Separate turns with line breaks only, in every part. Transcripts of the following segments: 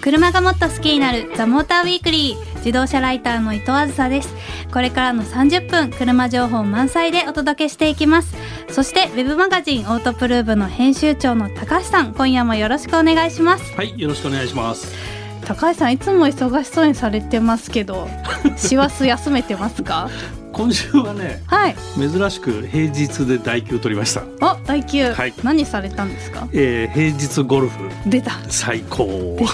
車がもっと好きになるザモーターウィークリー自動車ライターの伊藤あずさですこれからの30分車情報満載でお届けしていきますそしてウェブマガジンオートプルーブの編集長の高橋さん今夜もよろしくお願いします
はい、よろしくお願いします。
高橋さんいつも忙しそうにされてますけ ど師走休めてますか
今週はね、
はい
珍しく平日で代休取りました。
お第9、
はい
何されたんですか
えー、平日ゴルフ
出た
最 高
出。た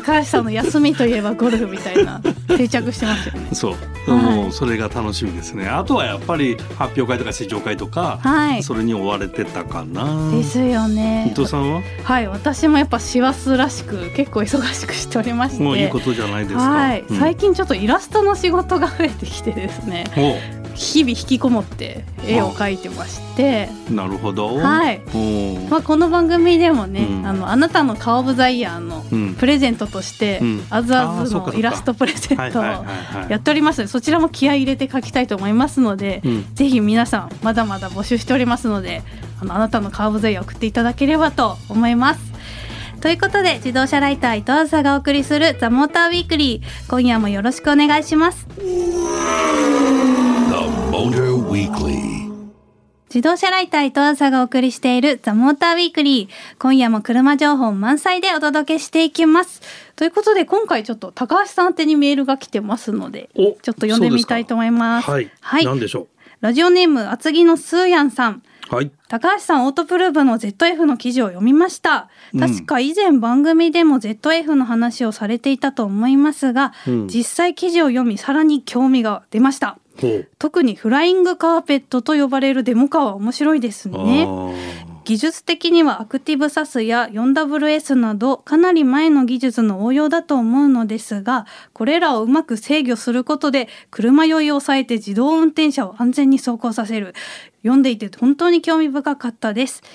高橋さんの休みといえばゴルフみたいな定着してますよね
そう、
はい
もうそれが楽しみですね。あとはやっぱり発表会とか試乗会とか、
はい
それに追われてたかな。
ですよ
伊
ね
藤さんは
はい私もやっぱ師走らしく結構忙しくしておりまして
もういいことじゃないですか。
はい、
うん
最近ちょっとイラストの仕事が増えてきてですね
お
日々引きこもって絵を描いてまして、
なるほど。
はい
お
まあ、この番組でもね、
うん
あのあなたの顔オブザイヤーの
うん。
プレゼントとして、
うん
あずあ
あー
ず
そうかそう
の
か
イラストプレゼ
はい
ントを
はいはいは
やっておりますのでそちらも気合い入れて描きたいと思いますので
い。、うん。
ぜひ皆さんまだまだ募集しておりますのであのあなたのカーブ税を送っていただければと思います。ということで自動車ライター伊藤浅がお送りする「ザ・モーターウィークリー今夜もよろしくお願いします
The Motor Weekly.
自動車ライター伊藤浅がお送りしている「ザ・モーターウィークリー今夜も車情報満載でお届けしていきます。ということで今回ちょっと高橋さん宛てにメールが来てますのでちょ
お
っと読んでみたいと思います。
はい。
はい
なんでしょ
ラジオネーム厚木のスーヤンさん
う。はい。
高橋さんオートプルーブの ZF の記事を読みました
うん
確か以前番組でも ZF の話をされていたと思いますが、
うん
実際記事を読みさらに興味が出ました
ほう。
特にフライングカーペットと呼ばれるデモカーは面白いですね
あー
技術的にはアクティブサスや 4WS などかなり前の技術の応用だと思うのですがこれらをうまく制御することで車酔いを抑えて自動運転車を安全に走行させる読んでいて本当に興味深かったです
へ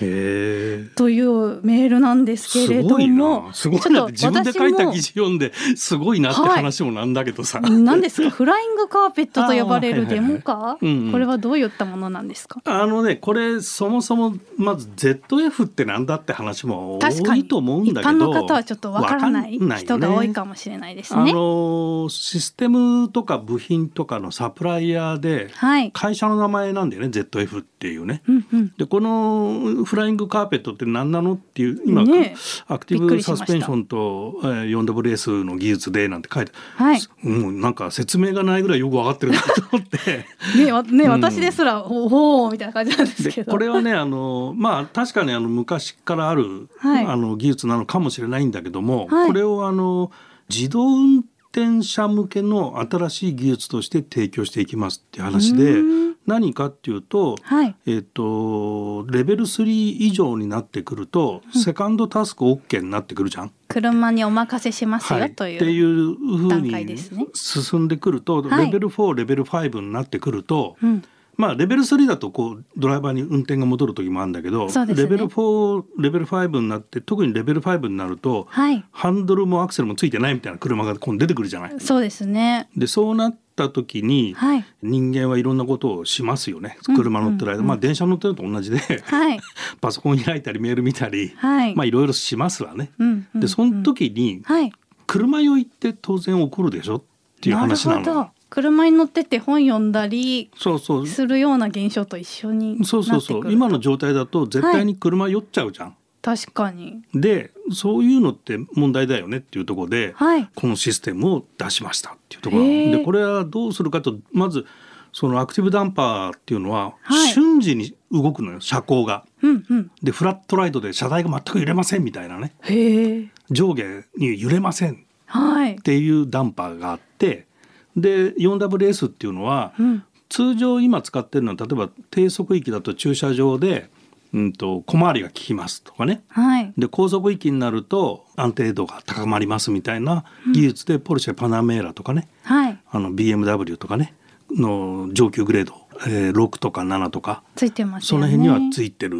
え。
というメールなんですけれども
すごいなすごいなって自
ちょっと
分で書いた記
私
事読んですごいなって
はい
話もなんだけどさ、
も何ですかフライングカーペットと呼ばれるデモカ
いはいうんう
ー
ん
これはどういったものなんですか
あのねこれそもそもまず ZF ってなんだって話も
確か
多
に
いと思うん
一
だけど
般の方はちょっとわからない
わかんよ
人
ね
が多いかもしれないです
あ
ね。
のシステムとか部品とかのサプライヤーで
はい、
会社の名前なんだよね ZF っていうね。
うんうん、
でこのフライングカーペットって何なのっていう今、
ねえ
アクティ
びっく
ブ
りしま
サス
した
ペンションとえー 4WS の技術でなんて書いて
はい
うん、なんか説明がないぐらいよく分かってるなと思って
ねわね、
うん
私ですら「おおー」みたいな感じなんですけ
で
ど
これはねあのまあ確かにあの昔からある、
はい
あの技術なのかもしれないんだけども、
はい
これをあの自動運転車向けの新しい技術として提供していきますっていう話で
うん
何かっていうと。
はい
えっと、レベル3以上になってくると、セカンドタスク OK になってくるじゃん。
車にお任せします
は
よ
い、
という、
っていうふう
段階で
に
すね
進んでくると、
はい
レベル4レベル5になってくると、
うん、
まあ、レベル3だとこうドライバーに運転が戻る時もあるんだけど、
そうですね
レベル4レベル5になって特にレベル5になると
はい
ハンドルもアクセルもついてないみたいな車が今度出てくるじゃない。
そうですね
でそうなった時に
はい
人間はいろんなことをしますよね
うん
車乗ってる間、
うんうん
まあ、電車乗ってるのと同じで
はい
パソコン開いたりメール見たり、
はい、
まあ、いろいろしますわね。
うんうん
でその時に
うんはい
車酔いって当然起こるでしょっていう話なの。
るほど車に乗ってて本読んだり
そうそう
するような現象と一緒になってくる
そうそうそう今の状態だと絶対に車酔っちゃうじゃん、
確かに
でそういうのって問題だよねっていうところで、
はい
このシステムを出しましたっていうところな
へ
の
ー
でこれはどうするかとまずそのアクティブダンパーっていうのは
はい
瞬時に動くのよ車高が。
うんうん
でフラットライトで車体が全く揺れませんみたいなね
へえ
上下に揺れませんっ
はい
ていうダンパーがあってで 4WS っていうのは
うん
通常今使ってるのは例えば低速域だと駐車場で、うん、と小回りが効きますとかね
はい
で高速域になると安定度が高まりますみたいな技術で、ポルシェパナメーラとかね
はい
あの BMW とかねの上級グレード、えー6とか7とか
ついてます
そ
よね
の辺にはついてる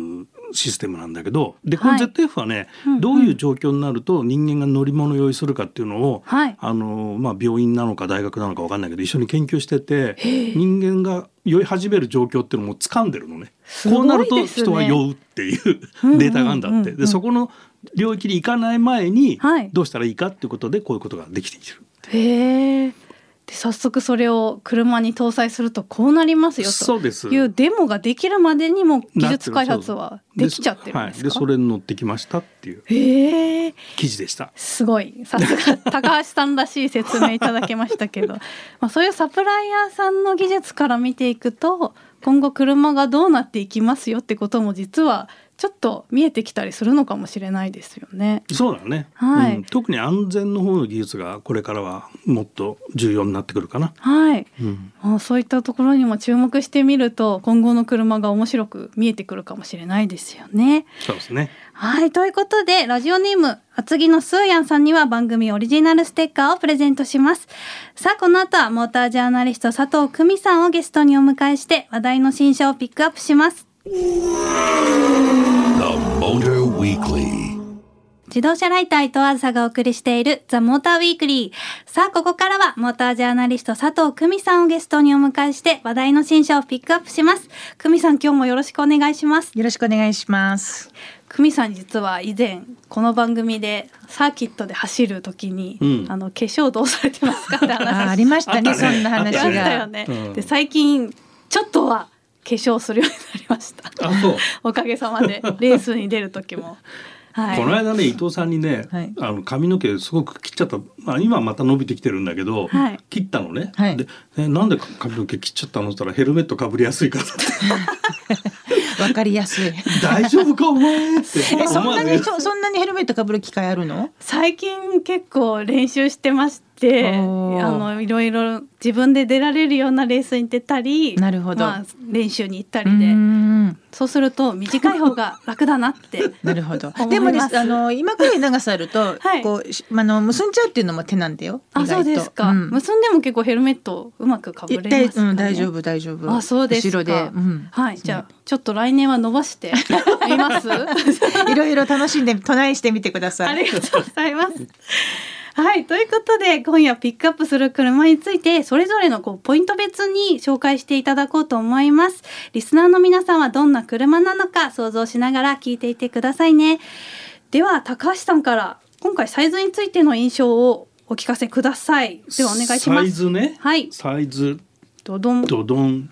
システムなんだけどでこ
は
の
い
ZF はね、
うんうん
どういう状況になると人間が乗り物を用意するかっていうのを、
はい
あのまあ、病院なのか大学なのか分かんないけど一緒に研究してて
へえ
人間が酔い始める状況っていうのも掴んでるのね
すごい
こうなると
ですね
人は酔うっていう
うんうんうんうん
データがあるんだって、でそこの領域に行かない前に、
はい
どうしたらいいかっていうことでこういうことができてきてる。
へえ。で早速それを車に搭載するとこうなりますよと
そうです
いうデモができるまでにも技
なって
術
る
開発はできちゃってるんですか。
はい、でそれに乗ってきましたっていう
へえ。
記事でした。
すごいさすが高橋さんらしい説明いただけまし たけど、まあ、そういうサプライヤーさんの技術から見ていくと今後車がどうなっていきますよってことも実はちょっと見えてきたりするのかもしれないですよね。
そうだね、
はい
うん、特に安全の方の技術がこれからはもっと重要になってくるかな。
はい、
うん、
まあそういったところにも注目してみると今後の車が面白く見えてくるかもしれないですよね。
そうですね。
はいということでラジオネーム厚木のスーヤンさんには番組オリジナルステッカーをプレゼントしますさあこの後はモータージャーナリスト佐藤久美さんをゲストにお迎えして話題の新車をピックアップします
The Motor Weekly.
自動車ライター伊藤あずさがお送りしているザ・モーターウィークリーさあここからはモータージャーナリスト佐藤久美さんをゲストにお迎えして話題の新車をピックアップします久美さん今日もよろしくお願いします
よろしくお願いします。
久美さん実は以前この番組でサーキットで走る時に、
うん
あの化粧どうされてますかって話
あありましたね
あったね
そんな話
あ
あ
っ
りま
た
が。
よね、
うん
で最近ちょっとは化粧するようになりました
あそう。
おかげさまでレースに出る時も、はい、
この間ね伊藤さんにね、
はい
あの髪の毛すごく切っちゃった、まあ、今はまた伸びてきてるんだけど、
はい
切ったのね、
はい
でえなんで髪の毛切っちゃったのって言ったらヘルメットかぶりやすいからって
わかりや すい。
大丈夫かお前って
えそん
思わ
な
ず
にそそんなにヘルメットかぶる機会あるの？
最近結構練習してましてあ
おー
のいろいろ自分で出られるようなレースに出たり
なるほど
まあ、練習に行った
うー
りで
ん
そうすると短い方が楽だなって。
なるほど
思います。
でもねあの今くらい長さある と、
はい
こうしあの結んじゃうっていうのも手なんだよ。
あ、
意
そ
外
う
と
ですか。
うん
結んでも結構ヘルメットうまくかぶれますか、
い
ね
や。大うん大丈夫大丈夫。
あ、そうですか。
後ろで、 うん
はい、じゃあちょっと来年は伸ばして みます。
いろいろ楽しんでトライしてみてください。
ありがとうございます。はい、ということで今夜ピックアップする車についてそれぞれのこうポイント別に紹介していただこうと思います。リスナーの皆さんはどんな車なのか想像しながら聞いていてくださいね。では高橋さんから今回サイズについての印象をお聞かせください。ではお願いしま
サイ
す。
ズね、
はい
サイズ
ドドン。
ドドン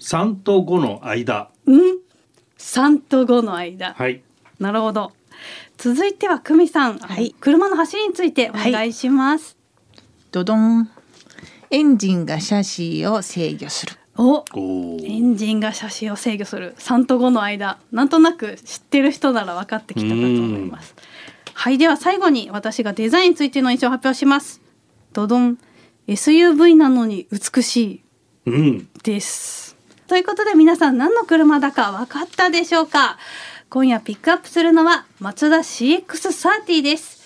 3と5の間
うん。3と5の間。
はい
なるほど。続いては久美さん、
はい
車の走りについてお願いします。
ドドン。エンジンがシャシーを制御する。
お、
お
エンジンが車種を制御する3と5の間、なんとなく知ってる人なら分かってきたかと思います。はい、では最後に私がデザインについての印象を発表します。ドドン、SUV なのに美しい。
うん
です。ということで皆さん何の車だか分かったでしょうか今夜ピックアップするのはマツダ CX30 です。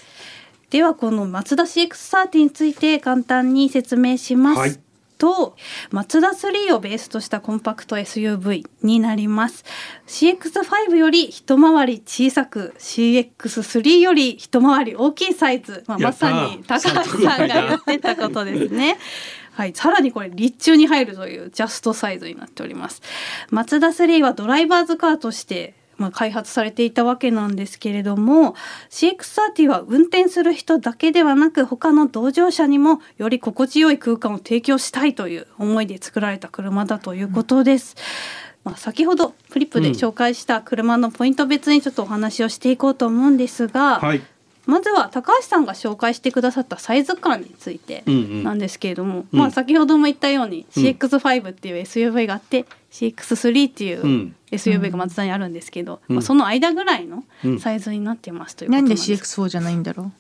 ではこのマツダ CX30 について簡単に説明します。
はい
とマツダ3をベースとしたコンパクト SUV になります CX5 より一回り小さく CX3 より一回り大きいサイズ、まあ、
や
ま
ったー
さに高橋さんが言ってたことですね。はい、さらにこれ立中に入るというジャストサイズになっております。マツダ3はドライバーズカーとしてまあ開発されていたわけなんですけれども CX30 は運転する人だけではなく他の同乗者にもより心地よい空間を提供したいという思いで作られた車だということです。まあ、先ほどフリップで紹介した車のポイント別にちょっとお話をしていこうと思うんですが、
はい
まずは高橋さんが紹介してくださったサイズ感について
うんうん
なんですけれども、
うん
まあ、先ほども言ったように
うん
CX5 っていう SUV があって CX3 っていううん SUV が松田にあるんですけど、
うん
まあ、その間ぐらいの
うん
サイズになってますということ
なんで
です、
CX4 じゃないんだろ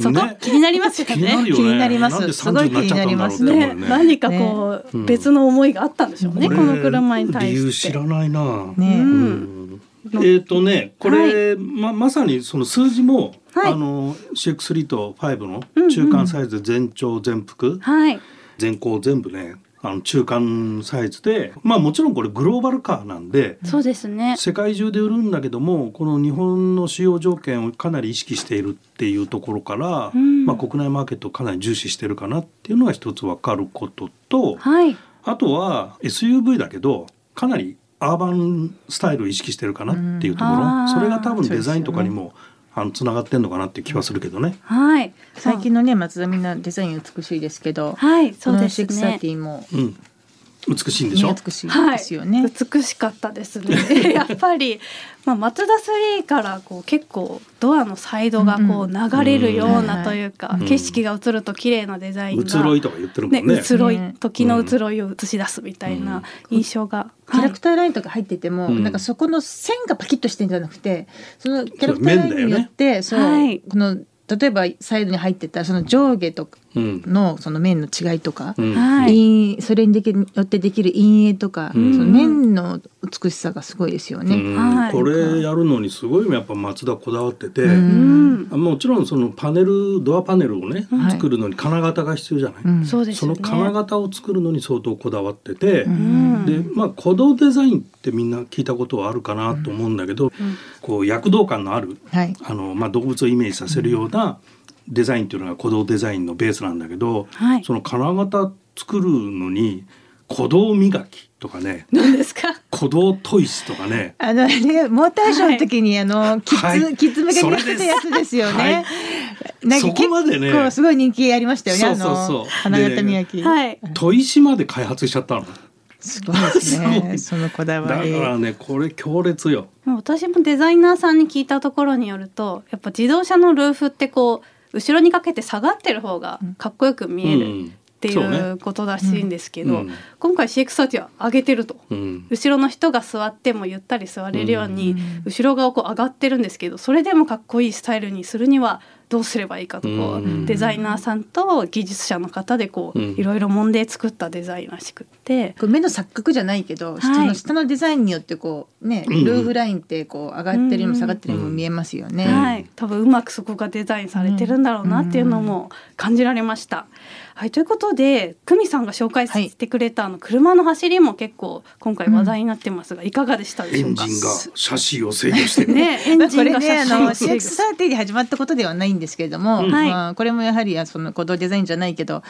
そこ
ね
気になりますよね。
気になるよね
気になります
なんです
ご
30
い
になっちゃったんだろうって
気に
思
なり
う
ね、何かこう、
ね
別の思いがあったんでしょうね、
れ
この車に対
理由
し
知
て
ら。ないな
う。
う
ね。
ん、
えーとね、これ、ままさにその数字も、
はい
あの CX3 と5
うんう
の
ん
中間サイズ全長全幅、
はい、
全高全部ねあの中間サイズでまあもちろんこれグローバルカーなんで
そうですね。
世界中で売るんだけどもこの日本の使用条件をかなり意識しているっていうところから、
うん
まあ、国内マーケットをかなり重視してるかなっていうのが一つ分かることと
はい。
あとは SUV だけどかなりアーバンスタイルを意識してるかなっていうところ、
うんあー
それが多分デザインとかにもあのつながってんのかなっていう気はするけどね。
はい。
最近のね松田みんなデザイン美しいですけど、
はい、
こ
そ
の
うですね。
630も
うん、美しいんで
ね
しょ、
美しいですよね。
美しかったです ねやっぱり、まあ、マツダ3からこう結構ドアのサイドがこ
う
うん流れるよう
うん
なというか、
うん
景色が映ると綺麗なデザインが、
うつろいとか言ってるも
ね
んね。
移ろい
ね
時の移ろいを映し出すみたいな印象が、
キャ
は
ラ
い
クターラインとか入ってても、
うん
なんかそこの線がパキッとしてんじゃなくてそのキャラクターラインによって
そ
そうう
面だよねはい
この例えばサイドに入ってたらその上下とか
うん
のその面の違いとか、
うん
はい
陰それにできよってできる陰影とか、
うん
その面の美しさがすごいですよね。
うん
はい
これやるのにすごいやっぱ松田こだわってて、
う
うんん
もちろんそのパネルドアパネルをね、
はい
作るのに金型が必要じゃない、
うん
そうです
そ
よ
の
ね
金型を作るのに相当こだわってて、
う
うん
でまあ鼓動デザインってみんな聞いたことはあるかなと思うんだけど、こう躍動感のある
はい
あの、まあ、動物をイメージさせるようなデザインっていうのが鼓動デザインのベースなんだけど、
はい
その金型作るのに鼓動磨きとかね
何ですか
鼓動トイスとかね
あのね、モーターショーの時に、あの、キ
は
ッズ、
い
キッズ向けにやってたやつですよね。なんか
そこまでね
結構すごい人気ありましたよね。
そうそうそう
あの、花形磨き。
はい
砥石まで開発しちゃったの
すごいです
すご
ね。
い
そのこだ
だか
わり。
らねこれ強烈よ
まあ私もデザイナーさんに聞いたところによるとやっぱ自動車のルーフってこう後ろにかけて下がってる方がかっこよく見えるって
うんそ
いううことらしいんですけど、
うん
今回 CX30 は上げてると
うん
後ろの人が座ってもゆったり座れるように、
うん
後ろ側をこう上がってるんですけどそれでもかっこいいスタイルにするにはどうすればいいかとこう、
うん
デザイナーさんと技術者の方でこう、
うん
いろいろ揉んで作ったデザインらしくって。
こう目の錯覚じゃないけど、
い
下の下のデザインによってこうね、
うん
ルーフラインってこう上がってるより
う
も
ん
下がってるよりも見えますよね。
はい、多分うまくそこがデザインされてるんだろうなっていうのも感じられました。はい、ということで久美さんが紹介してくれたあの車の走りも結構今回話題になってますが、いかがでしたで
エ
しょ
ン
うか
ジンが車身を制御してる、
ね、エン
まあ
ジ
こ
ン
れ
が
ね、
写
あ
真
の
を制御
CX30 で始まったことではないんですけれども、
ん
まあ、これもやはりあその行動デザインじゃないけど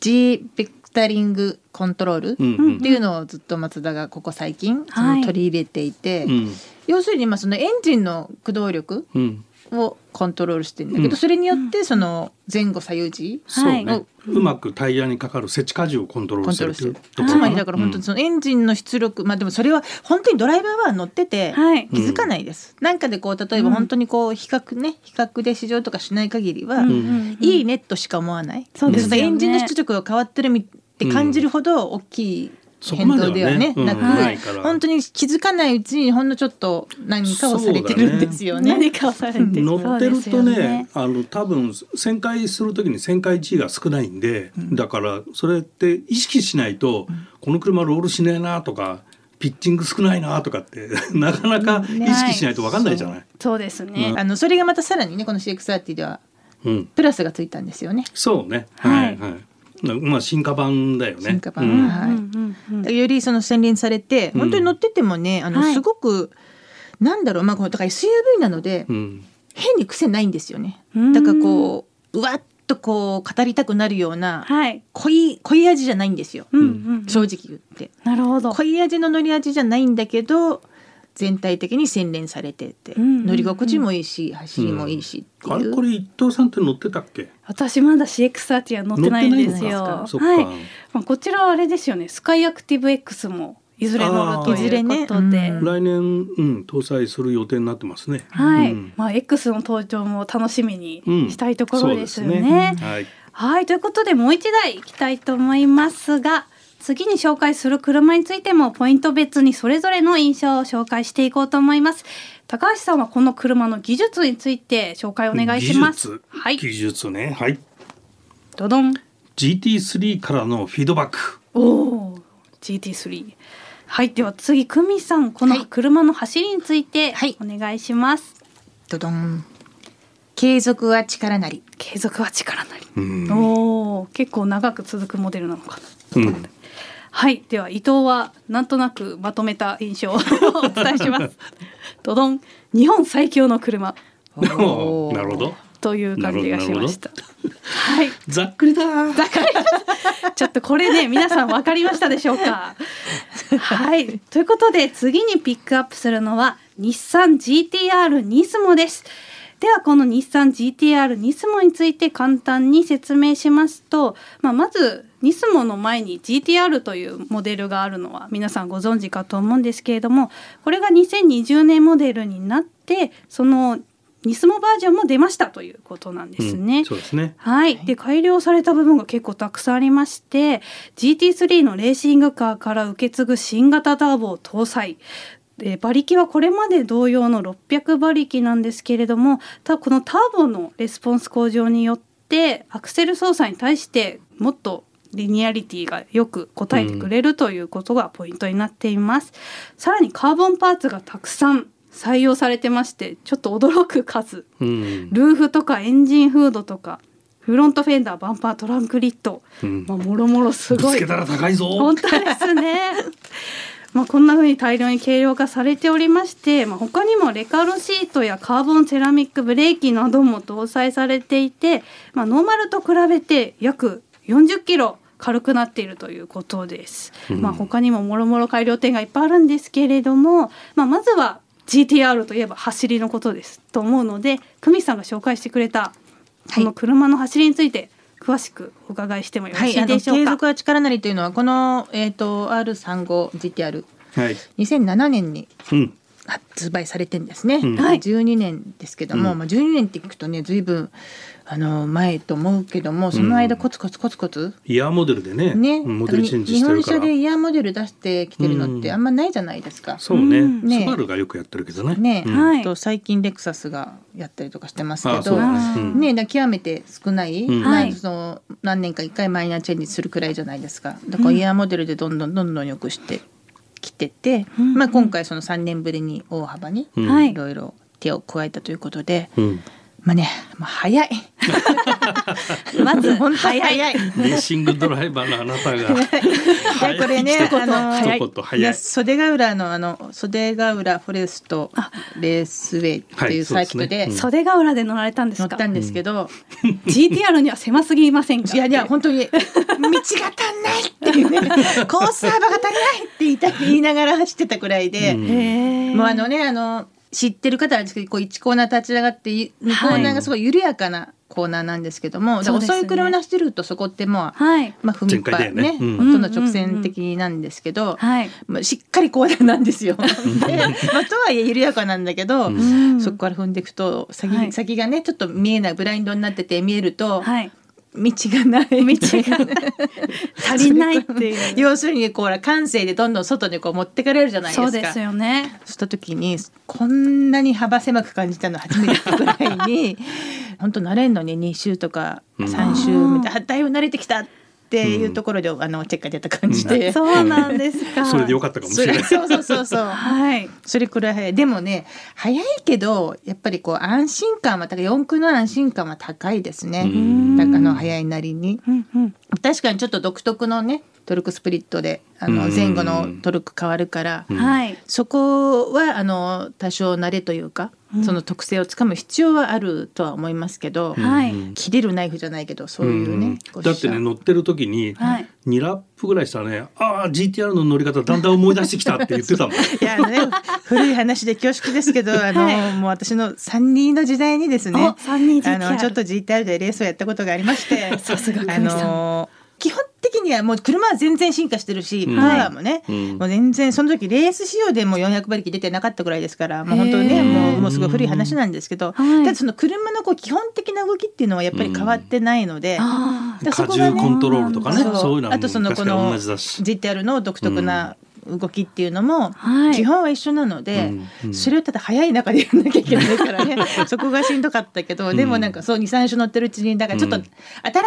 G ベクタリングコントロール、
うん
うん
っていうのをずっと松田がここ最近そ
はい
の取り入れていて、
うん
要するにまあそのエンジンの駆動力
うん、
をコントロールしてるんだけど、
うん
それによってその前後左右時
そうね、
は
うまくタイヤにかかる接地荷重をコントロー
コ
ル
ン
して
トロ
る
ー
っ
ルして
ていう
る
ところ
つ
かな
まりだから本当にそのエンジンの出力まあでもそれは本当にドライバーは乗ってて
はい
気づかないです、なんかでこう例えば本当にこう比較ね比較で試乗とかしない限りは、
うん
いいねとしか思わない
そうですよね
のエンジンの出力が変わってるみって感じるほど大きい
そこ
変
ま
動ではね
うん
なく、
ないから
本当に気づかないうちにほんのちょっと何かをされてるんですよね。
何かをされてる
乗ってると
そうで
ね
すよね
あの多分旋回する時に旋回 G が少ないんで、だからそれって意識しないと、この車ロールしねえなとかピッチング少ないなとかって なかなか意識しないと分かんないじゃない。
そうですね、
あのそれがまたさらにねこの CX30 では
うん、
プラスがついたんですよね。
そうね、
は
はいいはいまあ進化版だよね。
進化版
うん
はい
うんうんうん
よりその洗練されて
うん
本当に乗っててもねあの
はい
すごく、なんだろうまあこうだから SUV なので
うん
変に癖ないんですよね
うん。
だからこううわっとこう語りたくなるような
はい、
濃い濃い味じゃないんですよ。
うんうん、
正直言って
なるほど
濃い味の乗り味じゃないんだけど全体的に洗練されてて、
うんうんうん
乗り心地もいいし走りもいいしっていう、
あれこれ伊藤さんって乗ってたっけ？
私まだ CX30 は乗ってないんです
乗
よ
ってないんですかそっか
はい、まあ、こちらはあれですよねスカイアクティブ X もいずれ乗ると
あー
いうこと
いずれ
で、
ねうん
来年うん搭載する予定になってますね。
はい、
うん
まあ X の登場も楽しみに
うん
したいところですよね。
そうですねはい。
はいということでもう一台いきたいと思いますが次に紹介する車についてもポイント別にそれぞれの印象を紹介していこうと思います高橋さんはこの車の技術について紹介お願いします
技術
はい
技術ね。はい。
ドドン
GT3 からのフィードバック。
おお GT3 はいでは次久美さんこの車の走りについて
はい
お願いします、
ドドン継続は力なり
継続は力なり、
うん
おお結構長く続くモデルなのかな
うん
はいでは伊藤はなんとなくまとめた印象を お伝えしますドドン日本最強の車
なるほど
という感じがしましたはい
ざっくりだー
だから ちょっとこれね皆さん分かりましたでしょうかはいということで次にピックアップするのは日産 GTR ニスモですではこの日産 GTR ニスモについて簡単に説明しますと、まあ、まずニスモの前に GTR というモデルがあるのは皆さんご存知かと思うんですけれどもこれが2020年モデルになってそのニスモバージョンも出ましたということなんです
う
ね。
んそうですね
はい、で改良された部分が結構たくさんありまして GT3 のレーシングカーから受け継ぐ新型ターボを搭載で馬力はこれまで同様の600馬力なんですけれどもただこのターボのレスポンス向上によってアクセル操作に対してもっとリニアリティがよく応えてくれるということがポイントになっています、さらにカーボンパーツがたくさん採用されてましてちょっと驚く数
うん
ルーフとかエンジンフードとかフロントフェンダーバンパートランクリット、
うん
まあ、もろもろす
ぶ
ご
つ
い
けたら高いぞ
本当ですね まあこんな風に大量に軽量化されておりまして、まあ、他にもレカロシートやカーボンセラミックブレーキなども搭載されていて、まあ、ノーマルと比べて約40キロ軽くなっているということです、まあ他にももろもろ改良点がいっぱいあるんですけれども、まあ、まずは GTR といえば走りのことですと思うので久美さんが紹介してくれたこの車の走りについて詳しくお伺いしてもよろ
は
し
い、
い
あの
でしょ
継
うか
続。は力なりというのはこの、えー、と R35GTR2007
はい
年に
うん
発売されてんですね、
ん
はい
12年ですけども、
うん
まあ、12年って聞くとね随分あの前と思うけどもその間コツコツコツコツ、
イヤーモデルでね
ね
モデルチェンジし
あ
て
の
る
日
か
本車
ら
でイヤーモデル出してきてるのっ
う
て
ん
あんまないじゃないですか。
そうね
うん
ね
スバルがよくやってるけどね
ね、
うん
はい
あと最近レクサスがやったりとかしてますけ
あそう
ど。
だね
う
うん
ね、だから極めて少ない、
うん
まあ
はい
その何年か1回マイナーチェンジするくらいじゃないですかだからイヤーモデルでどんどんどんどん良くしてきてて、
うん
まあ、今回その3年ぶりに大幅に
うん
はい
いろいろ手を加えたということで、
うん
まあね、ま あ、早い
まず
本当
早
早
い
い。
レーシングドライバーのあなたが
いやこれね
一言
あの
一言
い
早
や
い
袖ヶ浦のあの袖ヶ浦フォレストレースウェイっていうサーキ
はいそう
ットで
ですね
袖ヶ浦で乗られたんです
乗っ
か
たんですけど、
GTR には狭すぎませんか
いやいや本当に道が足んないっていうねコース幅が足りないって言いた言いながら走ってたくらいで、
うん
へー
もうあのねあの知ってる方はあれですけどこう1コーナー立ち上がってい2コーナーがすごい緩やかなコーナーなんですけども、だから
そうですね
遅い車で走ってるとそこってもう、
はい
まあ、踏み
全
っぱ
開だよね
ね
うん
ほとんど直線的なんですけど、
はい
まあ、しっかりコーナーなん ですよ。でまあ、とはいえ緩やかなんだけど、
ん
そこから踏んでいくと先,、
はい
先がねちょっと見えないブラインドになってて見えると、
はい
道がない
道がない足りないっていう
要するにこうほら感性でどんどん外にこう持ってかれるじゃないです
そ
か。
うですよね
そうした時にこんなに幅狭く感じたの初めてぐら いに本当慣れんのに2週とか
うん
3週
うん
あだいぶ慣れてきたっていうところで、あの結果出た感じで、
そうなんですか
それでよか
っ
ったかもし
そ
れな
れ
い
そうそうそうそう
た。はい
それくらい早いでもね早いけどやっぱりこう安心感はだから四駆の安心感は高いですね、
うん
だからあの早いなりに
うんうん
確かにちょっと独特のねトルクスプリットであ
う
の
ん
前後のトルク変わるから、
うん
はい
そこはあの多少慣れというか、その特性をつかむ必要はあるとは思いますけど、
はい
切れるナイフじゃないけどそういうね、こう
だってね
し
乗ってる時に
はい
2ラップぐらいしたらね「ああ GTR の乗り方だんだん思い出してきた」って言って たもん。
いやあのね古い話で恐縮ですけどあの、
はい
もう私の三人の時代にですね
お三人 GTR
あのちょっと GTR でレースをやったことがありまして
さすが久
あ
美さん
の基本的にはもう車は全然進化してるし、
うん
パワーもね、
うん
もう全然その時レース仕様でもう400馬力出てなかったぐらいですからもう本当に
へー
ねもうもうすごい古い話なんですけ
は
ど、
い
ただその車のこう基本的な動きっていうのはやっぱり変わってないので。
あー
だから
荷
そこが
重
ね
コントロールとかね
そう
そういうのは
あとその
昔
こ
から
の
同じだし
GTR の独特な動きっていうのも
はい
基本は一緒なので、
うんうん
それをただ早い中でやらなきゃいけないから ねそこがしんどかったけどでもなんかそう23種乗ってるうちにだからちょっと
うん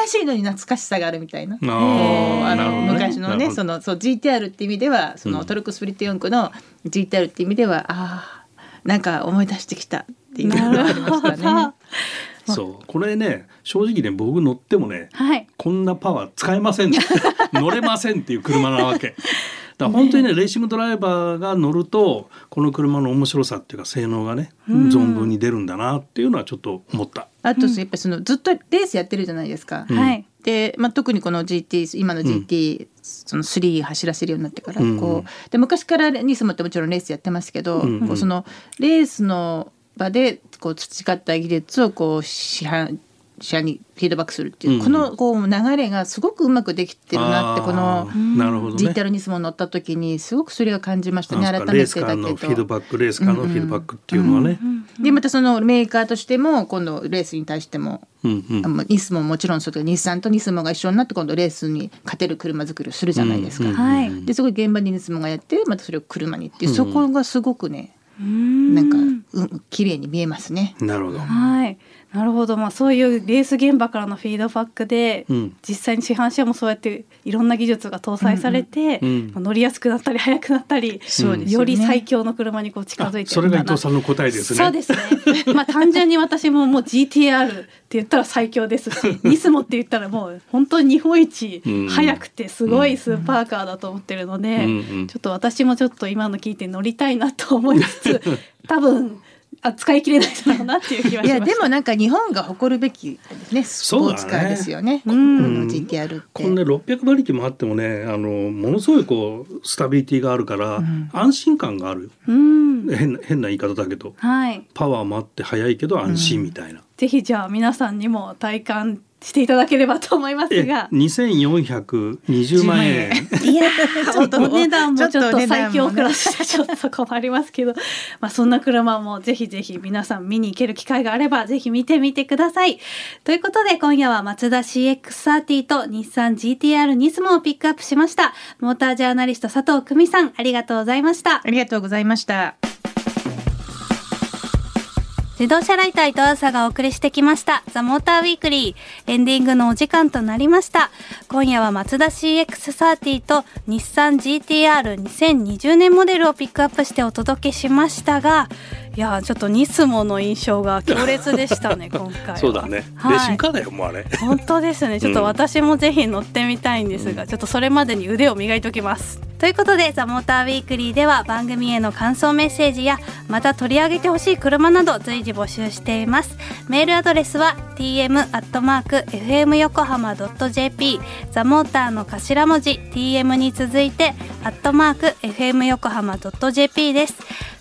新しいのに懐かしさがあるみたいな。
あ
こう
ー
あ
なる
の
ほどね
昔の
なる
ね
ほど
そのそう GTR って意味ではその、
うん
トルクスプリット4区の GTR って意味ではあーなんか思い出してきたっていうのがありましたね。
そうこれね正直ね僕乗ってもね
はい
こんなパワー使えま せん乗れませんっていう車なわけだから本当にねレーシングドライバーが乗るとこの車の面白さっていうか性能がね、
うん
存分に出るんだなっていうのはちょっと思った。
あとやっぱそのずっとレースやってるじゃないですか。
うん
はい
で、まあ、特にこの GT 今の
うん
GT、その3走らせるようになってからこう、
うんうん
で昔からニスモってもちろんレースやってますけど、
うんうん
こうそのレースの場でこう培った技術をこう市販者にフィードバックするっていう、
うんうん
このこう流れがすごくうまくできてるなってこの
あーなるほどね
GTR ニスモに乗った時にすごくそれが感じましたね
な
改
んすかレ
め
ース
て
カー
だ
のフィ
け
ード
ど。
バックレースカーのフィードバックっていうのはね、
でまたそのメーカーとしても今度レースに対しても
うんうん
あのニスモももちろんそうだけど日産とニスモが一緒になって今度レースに勝てる車作りをするじゃないですか。
うんうん
はい
ですごい現場にニスモがやってまたそれを車にっていう、そこがすごくね
な
なんか、うん、綺麗に見えますね。
なるほど。
はい、なるほど、まあ、そういうレース現場からのフィードバックで、
うん
実際に市販車もそうやっていろんな技術が搭載されて、
うんうん
まあ乗りやすくなったり速くなったり、
そうですよ
よ
ね
り最強の車にこう近づい
あ
て
そ
る
れ
ん
が
だ
伊
な
藤さんの答えですね。
そうですね。まあ単純に私ももう GTR って言ったら最強です し、ニスモって言ったらもう本当に日本一
うん
速くてすごいスーパーカーだと思ってるので、
うんうん
ちょっと私もちょっと今の聞いて乗りたいなと思いつつ、 多分あ使い切れないだろうなっていう気はいしまし
や
た。
でもなんか日本が誇るべきですねスポーツカーですよね。こ
ん
の GTR って。
こんな600馬力もあってもねあのものすごいこうスタビリティがあるから、
ん
安心感があるよ
うん、
変な変な言い方だけど
はい。
パワーもあって速いけど安心みたいな、
ぜひじゃあ皆さんにも体感していただければと思います
え
が。
2420万円
いやちょっ
お値段もちょっと最強ク
ら
ラスでちょっと困りますけど、まあそんな車もぜひぜひ皆さん見に行ける機会があればぜひ見てみてください。ということで今夜はマツダ CX30 と日産 GTR ニスモをピックアップしました。モータージャーナリスト佐藤久美さんありがとうございました
あ。りがとうございました。
自動車ライター伊藤朝がお送りしてきましたザモーターウィークリーエンディングのお時間となりました今夜はマツダ CX30 と日産 GTR2020 年モデルをピックアップしてお届けしましたがいやーちょっとニスモの印象が強烈でし たね今回は
そうだね、
はい
レーシングカーだよもうあれ
本当ですねちょっと私もぜひ乗ってみたいんですが、ちょっとそれまでに腕を磨いておきますということで「ザ・モーターウィークリーでは番組への感想メッセージやまた取り上げてほしい車など随時募集していますメールアドレスは tm.fmyokohama.jp ザ・モーターの頭文字 tm に続いて .fmyokohama.jp です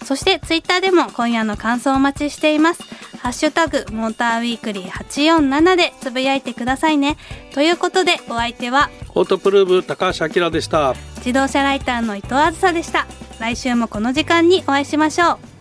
そしてツイッターでも今夜の感想をお待ちしていますハッシュタグモーターウィークリー847でつぶやいてくださいねということでお相手は
オートプルーブ高橋明でした
自動車ライターの伊藤あずさでした来週もこの時間にお会いしましょう